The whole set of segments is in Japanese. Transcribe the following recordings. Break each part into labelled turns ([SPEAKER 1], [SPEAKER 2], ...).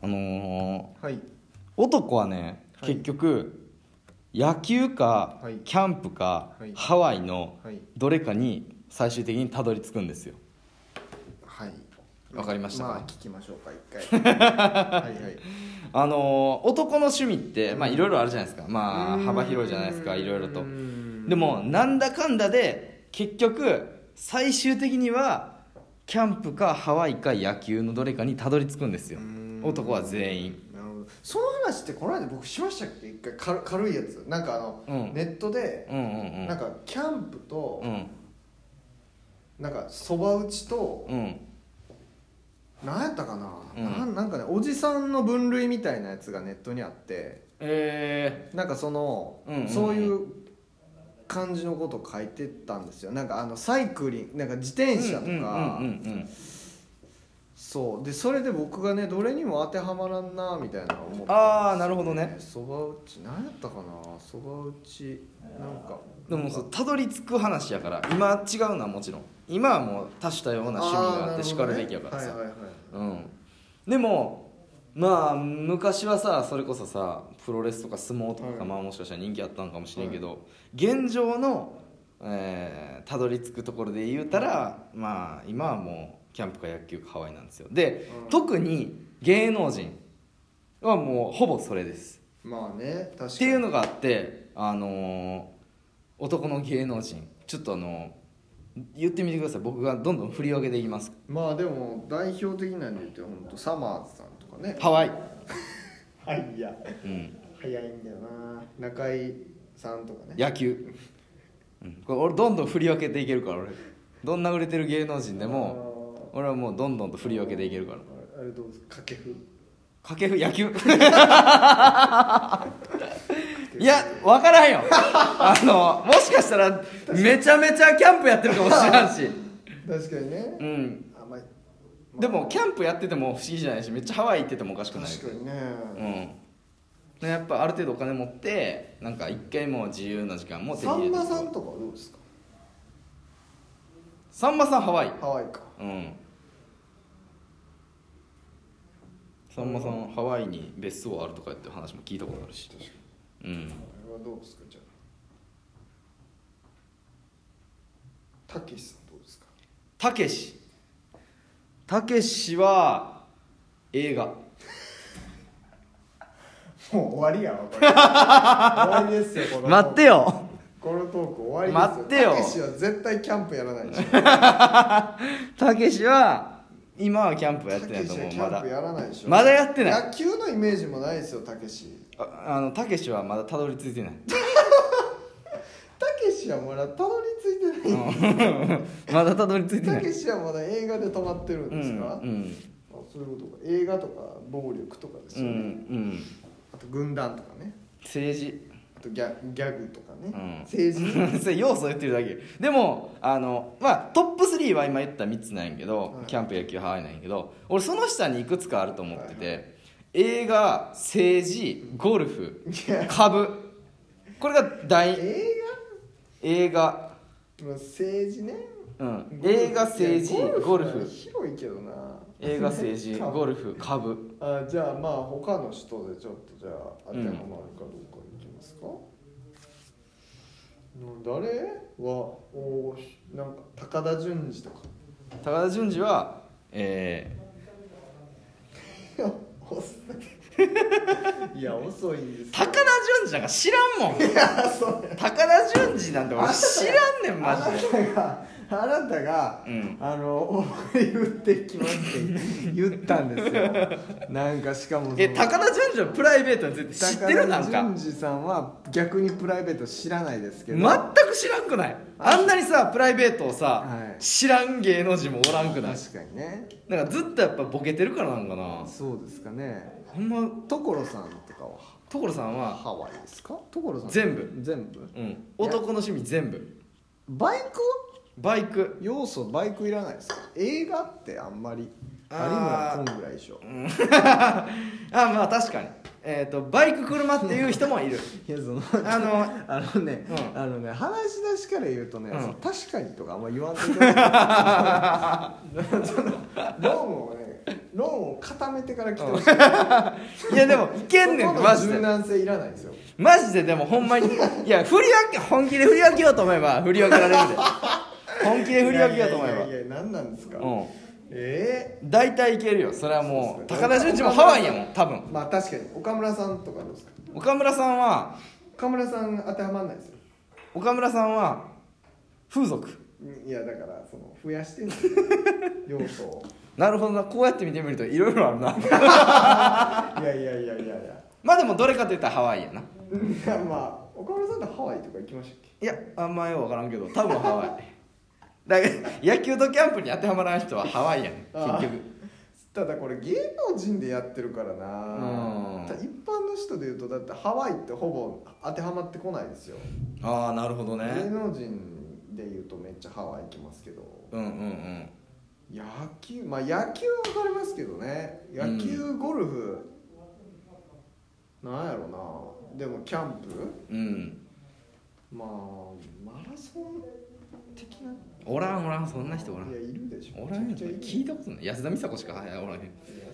[SPEAKER 1] あのー
[SPEAKER 2] はい
[SPEAKER 1] 男はね、
[SPEAKER 2] はい
[SPEAKER 1] 結局野球か、
[SPEAKER 2] はい
[SPEAKER 1] キャンプか、
[SPEAKER 2] はい
[SPEAKER 1] ハワイの
[SPEAKER 2] はい
[SPEAKER 1] どれかに最終的にたどり着くんですよ
[SPEAKER 2] はい
[SPEAKER 1] わかりましたか
[SPEAKER 2] まあ聞きましょうか 一回はいはい
[SPEAKER 1] あのー男の趣味ってまあいろいろあるじゃないですかまあ
[SPEAKER 2] うーん
[SPEAKER 1] 幅広いじゃないですかいろいろ
[SPEAKER 2] う
[SPEAKER 1] と
[SPEAKER 2] ん
[SPEAKER 1] でもなんだかんだで結局最終的にはキャンプかハワイか野球のどれかにたどり着くんですよ
[SPEAKER 2] うん
[SPEAKER 1] 男は全員
[SPEAKER 2] なるほどその話ってこの間僕しましたっけ一回軽軽いやつなんかあの、
[SPEAKER 1] うん
[SPEAKER 2] ネットで、
[SPEAKER 1] うんうん
[SPEAKER 2] なんかキャンプと、
[SPEAKER 1] うんうん
[SPEAKER 2] なんかそば打ちと、
[SPEAKER 1] うん
[SPEAKER 2] なんやったかな、
[SPEAKER 1] うん
[SPEAKER 2] なんなんかねおじさんの分類みたいなやつがネットにあって
[SPEAKER 1] え
[SPEAKER 2] なんかその、
[SPEAKER 1] うんうんうん
[SPEAKER 2] そういう感じのことを書いてたんですよなんかあのサイクリングなんか自転車と
[SPEAKER 1] う
[SPEAKER 2] か、
[SPEAKER 1] んうんうんうん
[SPEAKER 2] そうでそれで僕がねどれにも当てはまらんなみたいな思ってたんですよね
[SPEAKER 1] あーなるほどね
[SPEAKER 2] そば打ち何やったかなそば打ちなんか
[SPEAKER 1] でもそうたどり着く話やから今違うのはもちろん今はもう多種多様な趣味があってしかるべきやからさ、
[SPEAKER 2] あーなるほどね
[SPEAKER 1] うんでもまあ昔はさそれこそさプロレスとか相撲とかが、
[SPEAKER 2] はい
[SPEAKER 1] まあもしかしたら人気あったんかもしれんけど、現状のえーたど、り着くところで言うたら、まあ今はもうキャンプか野球かハワイなんですよで、
[SPEAKER 2] うん
[SPEAKER 1] 特に芸能人はもうほぼそれです
[SPEAKER 2] はいはいまあね確かに
[SPEAKER 1] っていうのがあってあのー男の芸能人ちょっとあのー言ってみてください僕がどんどん振り分けていきます
[SPEAKER 2] まあでも代表的なんで言って本当サマーズさんとかね
[SPEAKER 1] ハワイ、
[SPEAKER 2] はいいや
[SPEAKER 1] うん、
[SPEAKER 2] 早いんだよな中井さんとかね
[SPEAKER 1] 野球、うん、これ俺どんどん振り分けていけるから俺どんな売れてる芸能人でも俺はもうどんどんと振り分けていけるから
[SPEAKER 2] あれあれどうですか掛布
[SPEAKER 1] 掛布野球いや分からんよあのもしかしたらめちゃめちゃキャンプやってるかもしれんし
[SPEAKER 2] 確かにね
[SPEAKER 1] うん
[SPEAKER 2] あまあ
[SPEAKER 1] でもキャンプやってても不思議じゃないしめっちゃハワイ行っててもおかしくない
[SPEAKER 2] 確かにね
[SPEAKER 1] うん、やっぱある程度お金持ってなんか一回もう自由な時間も手
[SPEAKER 2] さんまさ
[SPEAKER 1] ん
[SPEAKER 2] んとかはどうですか
[SPEAKER 1] さんまさんハワイ
[SPEAKER 2] ハワイか
[SPEAKER 1] うんさんまさんハワイに別荘あるとかっていう話も聞いたことあるしうん
[SPEAKER 2] あれはどうですかじゃあたけしさんどうですか
[SPEAKER 1] たけしたけしは映画
[SPEAKER 2] もう終わりやわ これ終わりですよこの
[SPEAKER 1] 待ってよ
[SPEAKER 2] このトーク終わりです
[SPEAKER 1] 待ってよ
[SPEAKER 2] たけしは絶対キャンプやらないでしょ
[SPEAKER 1] たけしは今はキャンプやって
[SPEAKER 2] た
[SPEAKER 1] な
[SPEAKER 2] け
[SPEAKER 1] いと
[SPEAKER 2] しは
[SPEAKER 1] 思う
[SPEAKER 2] キ
[SPEAKER 1] ま
[SPEAKER 2] ャン
[SPEAKER 1] だ
[SPEAKER 2] プやらないでしょ
[SPEAKER 1] まだやってない
[SPEAKER 2] 野球のイメージもないですよたけし
[SPEAKER 1] ああのたけしはまだたどり着いてない
[SPEAKER 2] たけしはまだたどり着いてない
[SPEAKER 1] まだたどり着いてな
[SPEAKER 2] た
[SPEAKER 1] い。
[SPEAKER 2] けしはまだ映画で止まってるん
[SPEAKER 1] うん、う
[SPEAKER 2] ですか、
[SPEAKER 1] ん、
[SPEAKER 2] あそういうことか映画とか暴力とかです
[SPEAKER 1] うん、う
[SPEAKER 2] よね、
[SPEAKER 1] ん、
[SPEAKER 2] あと軍団とかね
[SPEAKER 1] 政治。
[SPEAKER 2] あとギャギャグとかね、
[SPEAKER 1] うん
[SPEAKER 2] 政治
[SPEAKER 1] それ要素言ってるだけ。でも、あの、まあ、トップ3は今言った3つなんやけど、
[SPEAKER 2] はい
[SPEAKER 1] キャンプ、野球、ハワイなんやけど、俺その下にいくつかあると思ってて、
[SPEAKER 2] はい
[SPEAKER 1] 映画、政治、ゴルフ、
[SPEAKER 2] いや
[SPEAKER 1] 株。これが大
[SPEAKER 2] 映
[SPEAKER 1] 映画、
[SPEAKER 2] 画、まあ、政治ね
[SPEAKER 1] うん、映画、政治、ゴル
[SPEAKER 2] は
[SPEAKER 1] フ、
[SPEAKER 2] 広いけどな
[SPEAKER 1] 映画、政治、ゴルフ、株。
[SPEAKER 2] あじゃあまあ他の人でちょっとじゃあ当てはまるかどうかいきますか、の誰はおーしなんか高田純次とか
[SPEAKER 1] 高田純次は、えー、
[SPEAKER 2] 遅 いいや遅いんです
[SPEAKER 1] 高田純次なんか知らんもん
[SPEAKER 2] いやそう
[SPEAKER 1] 高田純次なんて俺知らんねん
[SPEAKER 2] あ
[SPEAKER 1] マ
[SPEAKER 2] な
[SPEAKER 1] ジで
[SPEAKER 2] たがあなたが、
[SPEAKER 1] うん
[SPEAKER 2] あのお前言ってきますって言ったんですよなんかしかもその
[SPEAKER 1] え高田純次のプライベートについて知ってるなんか
[SPEAKER 2] 高田純次さんは逆にプライベート知らないですけど
[SPEAKER 1] 全く知らんくないあんなにさプライベートをさ、
[SPEAKER 2] はい
[SPEAKER 1] 知らん芸能人もおらんくない
[SPEAKER 2] 確かにね
[SPEAKER 1] なんかずっとやっぱボケてるからなんかな
[SPEAKER 2] そうですかね
[SPEAKER 1] ほんま
[SPEAKER 2] 所さんとかは
[SPEAKER 1] 所さんは
[SPEAKER 2] ハワイですか所さん
[SPEAKER 1] 全部
[SPEAKER 2] 全部
[SPEAKER 1] うん男の趣味全部
[SPEAKER 2] バイクは
[SPEAKER 1] バイク
[SPEAKER 2] 要素バイクいらないですか映画ってあんまり
[SPEAKER 1] あー
[SPEAKER 2] 有村コンぐらいでしょ
[SPEAKER 1] あまあ確かにえっ、とバイク車っていう人もいる
[SPEAKER 2] いやその
[SPEAKER 1] あの
[SPEAKER 2] あのね、
[SPEAKER 1] うん
[SPEAKER 2] あのね話し出しから言うとね、
[SPEAKER 1] うん
[SPEAKER 2] そ の確かにとかあんま言わんといてほしいそのどうもねローンを固めてから来てほしい
[SPEAKER 1] いやで もいけんねん
[SPEAKER 2] そこの
[SPEAKER 1] マジで
[SPEAKER 2] 柔軟性いらないんですよ
[SPEAKER 1] マジででもほんまにいや振り分け本気で振り分けようと思えば振り分けられるんで 本気で振り分けようと思
[SPEAKER 2] いやい
[SPEAKER 1] え
[SPEAKER 2] やいや何なんですか、
[SPEAKER 1] ばうん
[SPEAKER 2] え
[SPEAKER 1] 大体いけるよそれはもう
[SPEAKER 2] そうっす
[SPEAKER 1] 高
[SPEAKER 2] ね
[SPEAKER 1] 田純次もハワイやもん多
[SPEAKER 2] え
[SPEAKER 1] 分
[SPEAKER 2] まあ確かに岡村さんとかどうですか
[SPEAKER 1] 岡村さんは
[SPEAKER 2] 岡村さん当てはまんないですよ
[SPEAKER 1] 岡村さんは風俗
[SPEAKER 2] いやだからその増やしてんの 要素を
[SPEAKER 1] なるほどなこうやって見てみるといろいろあるな
[SPEAKER 2] いやいやいやいやいや
[SPEAKER 1] まあでもどれかといったらハワイやない
[SPEAKER 2] やまあ岡村さんってハワイとか行きましたっ
[SPEAKER 1] いやあんまよう分からんけど多分ハワイ だから野球とキャンプに当てはまらん人はハワイやね
[SPEAKER 2] ああ
[SPEAKER 1] 結局
[SPEAKER 2] けただこれ芸能人でやってるから
[SPEAKER 1] うん
[SPEAKER 2] なた一般の人で言うとだってハワイってほぼ当てはまってこないですよ、
[SPEAKER 1] ああなるほど
[SPEAKER 2] 芸能人で言うとめっちゃハワイ行きますけど
[SPEAKER 1] うんうんうん
[SPEAKER 2] 野球まあ野球は分かりますけどね野球、ゴルフなんやろなでもキャンプ
[SPEAKER 1] うん
[SPEAKER 2] まあマラソン的な
[SPEAKER 1] おらんおらんそんな人おらん
[SPEAKER 2] いやいるでしょ
[SPEAKER 1] おらんよ
[SPEAKER 2] めちゃくちゃい
[SPEAKER 1] 聞
[SPEAKER 2] る
[SPEAKER 1] いたことない安田美沙子しかはいおらへん
[SPEAKER 2] いや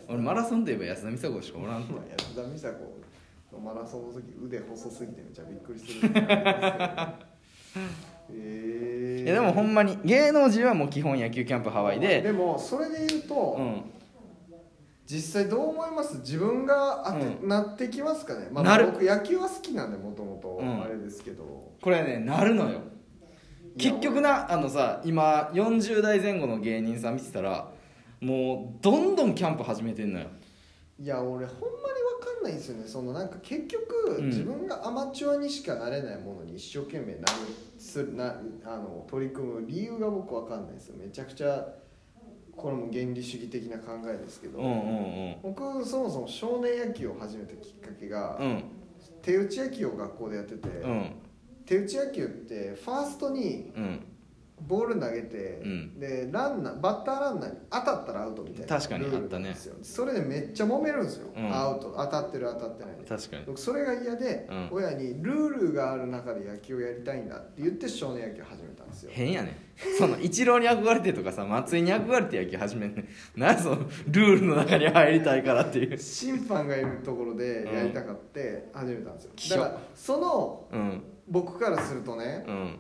[SPEAKER 1] 俺マラソンといえば安田美沙子しかおら ん
[SPEAKER 2] まあ安田美沙子のマラソンの時腕細すぎてめっちゃびっくりする時ありますけどえー
[SPEAKER 1] いやでもほんまに芸能人はもう基本野球キャンプハワイで
[SPEAKER 2] でもそれで言うと、
[SPEAKER 1] うん
[SPEAKER 2] 実際どう思います自分があて、
[SPEAKER 1] う
[SPEAKER 2] なってきますかね、まあ、
[SPEAKER 1] なる
[SPEAKER 2] 僕野球は好きなんでもともと
[SPEAKER 1] うん
[SPEAKER 2] あれですけど、
[SPEAKER 1] これねなるのよ結局なあのさ今40代前後の芸人さん見てたらもうどんどんキャンプ始めてんのよ
[SPEAKER 2] いや俺ほんまに分かんないんですよねそのなんか結局、
[SPEAKER 1] うん
[SPEAKER 2] 自分がアマチュアにしかなれないものに一生懸命なるするなあの取り組む理由が僕分かんないんですよめちゃくちゃこれも原理主義的な考えですけど、
[SPEAKER 1] うんうん
[SPEAKER 2] 僕そもそも少年野球を始めたきっかけが、
[SPEAKER 1] うんうん
[SPEAKER 2] 手打ち野球を学校でやってて、
[SPEAKER 1] うん
[SPEAKER 2] 手打ち野球ってファーストに
[SPEAKER 1] うん
[SPEAKER 2] ボール投げて、
[SPEAKER 1] うん
[SPEAKER 2] でランナーバッターランナーに当たったらアウトみたいな
[SPEAKER 1] 確かに
[SPEAKER 2] ルール
[SPEAKER 1] あったね
[SPEAKER 2] なんですよそれでめっちゃ揉めるんですよ、
[SPEAKER 1] うん
[SPEAKER 2] アウト当たってる当たってないで
[SPEAKER 1] 確かに
[SPEAKER 2] 僕それが嫌で、
[SPEAKER 1] うん
[SPEAKER 2] 親にルールがある中で野球をやりたいんだって言って少年野球始めたんですよ
[SPEAKER 1] 変やねそのイチローに憧れてとかさ松井に憧れて野球始めんねんなんやそのルールの中に入りたいからっていう
[SPEAKER 2] 審判がいるところでやりたかって始めたんで
[SPEAKER 1] き
[SPEAKER 2] す
[SPEAKER 1] しょ
[SPEAKER 2] よだからその
[SPEAKER 1] うん
[SPEAKER 2] 僕からするとね
[SPEAKER 1] うん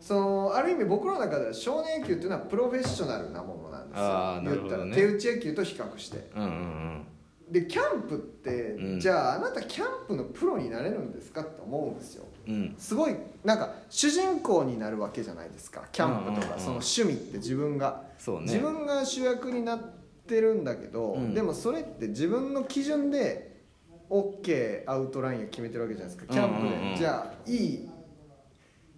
[SPEAKER 2] そのある意味僕の中では少年野球っていうのはプロフェッショナルなものなんですよ
[SPEAKER 1] あーなるほどね
[SPEAKER 2] 言ったら手打ち野球と比較して
[SPEAKER 1] うんうん
[SPEAKER 2] でキャンプって、
[SPEAKER 1] うん
[SPEAKER 2] じゃああなたキャンプのプロになれるんですかって思うんですよ
[SPEAKER 1] うんうん
[SPEAKER 2] すごいなんか主人公になるわけじゃないですかキャンプと
[SPEAKER 1] うんうんうん
[SPEAKER 2] かその趣味って自分が、
[SPEAKER 1] そうね
[SPEAKER 2] 自分が主役になってるんだけど、
[SPEAKER 1] うん
[SPEAKER 2] でもそれって自分の基準で OK アウトラインを決めてるわけじゃないですかキャンプで、
[SPEAKER 1] うんうんうん
[SPEAKER 2] じゃあいい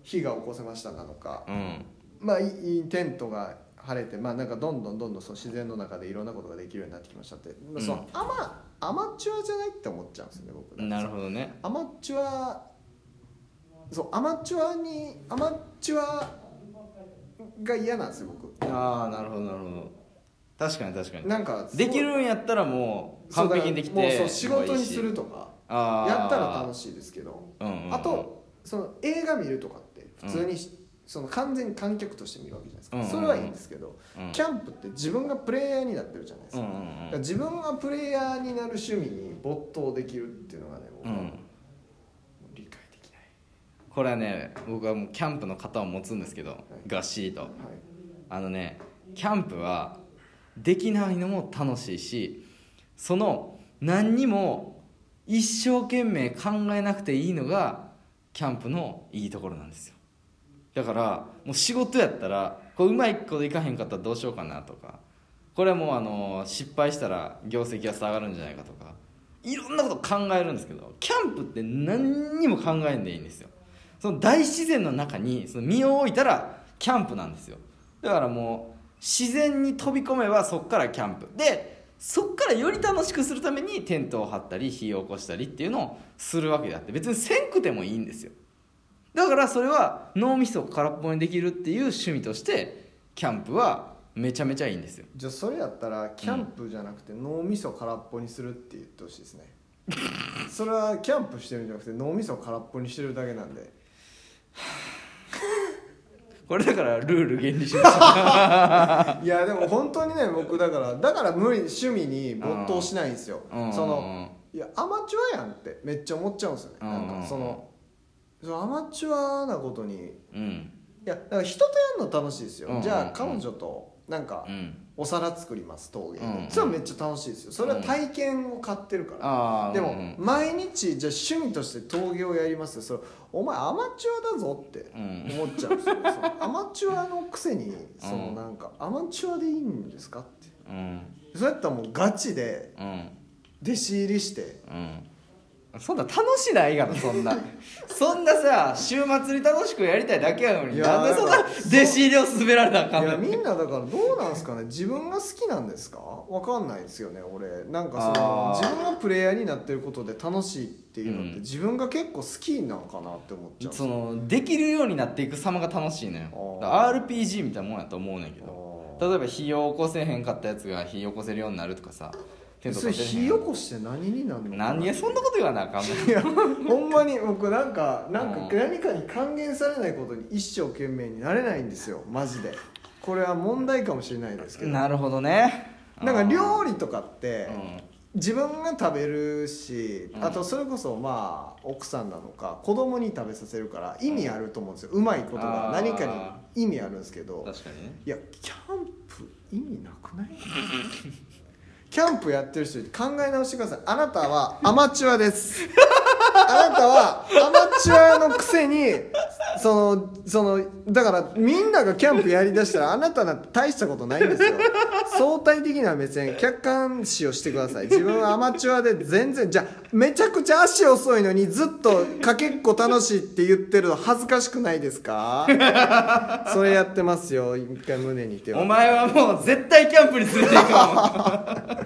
[SPEAKER 2] 火が起こせましたなのか、
[SPEAKER 1] うん
[SPEAKER 2] まあ、いいいいテントが晴れて、まあ、なんかどんどんどんどんその自然の中でいろんなことができるようになってきましたって、まあそのアマアマチュアじゃないって思っちゃうんですよね僕
[SPEAKER 1] なる
[SPEAKER 2] ど
[SPEAKER 1] ほどね
[SPEAKER 2] アマチュアそうアマチュアにアマチュアが嫌なんですよ僕
[SPEAKER 1] ああなるほどなるほど確かに確かに
[SPEAKER 2] なんかすごい
[SPEAKER 1] できるんやったらもう
[SPEAKER 2] そう
[SPEAKER 1] 完
[SPEAKER 2] だから
[SPEAKER 1] 璧にできて
[SPEAKER 2] もうそう仕事
[SPEAKER 1] い
[SPEAKER 2] に
[SPEAKER 1] いし
[SPEAKER 2] するとか
[SPEAKER 1] あ
[SPEAKER 2] やったら楽
[SPEAKER 1] しい
[SPEAKER 2] しいですけど
[SPEAKER 1] うんうんうん
[SPEAKER 2] あとその映画見るとかって普通にし、その完全に観客として見るわけじゃないですか、
[SPEAKER 1] うんうんうん
[SPEAKER 2] それはいいんですけど、
[SPEAKER 1] うん
[SPEAKER 2] キャンプって自分がプレイヤーになってるじゃないです
[SPEAKER 1] うん
[SPEAKER 2] か,、
[SPEAKER 1] うん
[SPEAKER 2] だか
[SPEAKER 1] う
[SPEAKER 2] ら
[SPEAKER 1] ん
[SPEAKER 2] 自分がプレイヤーになる趣味に没頭できるっていうのがね僕
[SPEAKER 1] う
[SPEAKER 2] は
[SPEAKER 1] ん
[SPEAKER 2] 理解できな
[SPEAKER 1] これはね僕はもうキャンプの型を持つんですけどがっしりと
[SPEAKER 2] い、はい、
[SPEAKER 1] あのねキャンプはできないのも楽しいしその何にも一生懸命考えなくていいのがキャンプのいいところなんですよだからもう仕事やったらこううまいこといかへんかったらどうしようかなとかこれはもうあの失敗したら業績が下がるんじゃないかとかいろんなこと考えるんですけどキャンプって何にも考えんでいいんですよその大自然の中にその身を置いたらキャンプなんですよだからもう自然に飛び込めばそっからキャンプでそっからより楽しくするためにテントを張ったり火を起こしたりっていうのをするわけであって別にせんくてもいいんですよだからそれは脳みそを空っぽにできるっていう趣味としてキャンプはめちゃめちゃいいんですよ
[SPEAKER 2] じゃあそれやったらキャンプじゃなくて脳みそ空っぽにするって言ってほしいですね、それはキャンプしてるんじゃなくて脳みそ空っぽにしてるだけなんで
[SPEAKER 1] これだからルール原理主義 者
[SPEAKER 2] いやでも本当にね僕だからだから無理趣味に没頭しないんですよ
[SPEAKER 1] うん
[SPEAKER 2] そのいやアマチュアやんってめっちゃ思っちゃうんですよね
[SPEAKER 1] うん
[SPEAKER 2] なんかそのそのアマチュアなことにい
[SPEAKER 1] うん
[SPEAKER 2] やだから人とやるの楽しいですよ、
[SPEAKER 1] うん
[SPEAKER 2] じゃあ彼女となんか
[SPEAKER 1] うん
[SPEAKER 2] お皿作ります陶芸、
[SPEAKER 1] うん
[SPEAKER 2] それはめっちゃ楽しいですよそれは体験を買ってるから、
[SPEAKER 1] ああ
[SPEAKER 2] で
[SPEAKER 1] う
[SPEAKER 2] も
[SPEAKER 1] ん
[SPEAKER 2] 毎日じゃあ趣味として陶芸をやりますよそれお前アマチュアだぞって
[SPEAKER 1] うん
[SPEAKER 2] 思っちゃうんです よそのアマチュアのくせにそうの
[SPEAKER 1] ん
[SPEAKER 2] なんかアマチュアでいいんですかって
[SPEAKER 1] うん
[SPEAKER 2] そうやったらもうガチで
[SPEAKER 1] うん
[SPEAKER 2] 弟子入りして
[SPEAKER 1] うんそんな楽しないがなそ んなそんなさ週末に楽しくやりたいだけやのに
[SPEAKER 2] いや
[SPEAKER 1] なんでそんな
[SPEAKER 2] だ
[SPEAKER 1] 弟
[SPEAKER 2] から
[SPEAKER 1] 子入りを勧められたらあ
[SPEAKER 2] い
[SPEAKER 1] かん
[SPEAKER 2] や
[SPEAKER 1] の
[SPEAKER 2] みんなだからどうなんすかね自分が好きなんですかわかんないですよね俺なんかそ
[SPEAKER 1] あ
[SPEAKER 2] の
[SPEAKER 1] ー
[SPEAKER 2] 自分がプレイヤーになってることで楽しいっていうのって、
[SPEAKER 1] うん
[SPEAKER 2] 自分が結構好きなのかなって思っちゃう
[SPEAKER 1] そのできるようになっていく様が楽しいのよだ
[SPEAKER 2] あ
[SPEAKER 1] か
[SPEAKER 2] ー
[SPEAKER 1] ら RPG みたいなもんやと思うねんけ
[SPEAKER 2] あ
[SPEAKER 1] ど
[SPEAKER 2] ー
[SPEAKER 1] 例えば火を起こせへんかったやつが火起こせるようになるとかさ剣と
[SPEAKER 2] そ
[SPEAKER 1] か
[SPEAKER 2] れ
[SPEAKER 1] 出てへん
[SPEAKER 2] 火起こして何になるのかな
[SPEAKER 1] 何やそんなこと言わなあかんの
[SPEAKER 2] い やほんまに僕なんかなんか
[SPEAKER 1] うん
[SPEAKER 2] 何かに還元されないことに一生懸命になれないんですよマジでこれは問題かもしれないですけどな
[SPEAKER 1] なるほどね
[SPEAKER 2] んか料理とかって
[SPEAKER 1] うん
[SPEAKER 2] 自分が食べるし
[SPEAKER 1] うん
[SPEAKER 2] あとそれこそまあ奥さんなのか子供に食べさせるから意味あると思うんですようまいことが
[SPEAKER 1] あー
[SPEAKER 2] 何かに意味あるんですけど
[SPEAKER 1] 確かにね
[SPEAKER 2] いやキャンプ意味なくないキャンプやってる人考え直してくださいあなたはアマチュアですあなたはアマチュアのくせにそのそのだからみんながキャンプやりだしたらあなたなんて大したことないんですよ相対的な目線客観視をしてください自分はアマチュアで全然じゃあめちゃくちゃ足遅いのにずっとかけっこ楽しいって言ってるの恥ずかしくないですか それやってますよ一回胸に手を
[SPEAKER 1] お前はもう絶対キャンプに連れて行くわ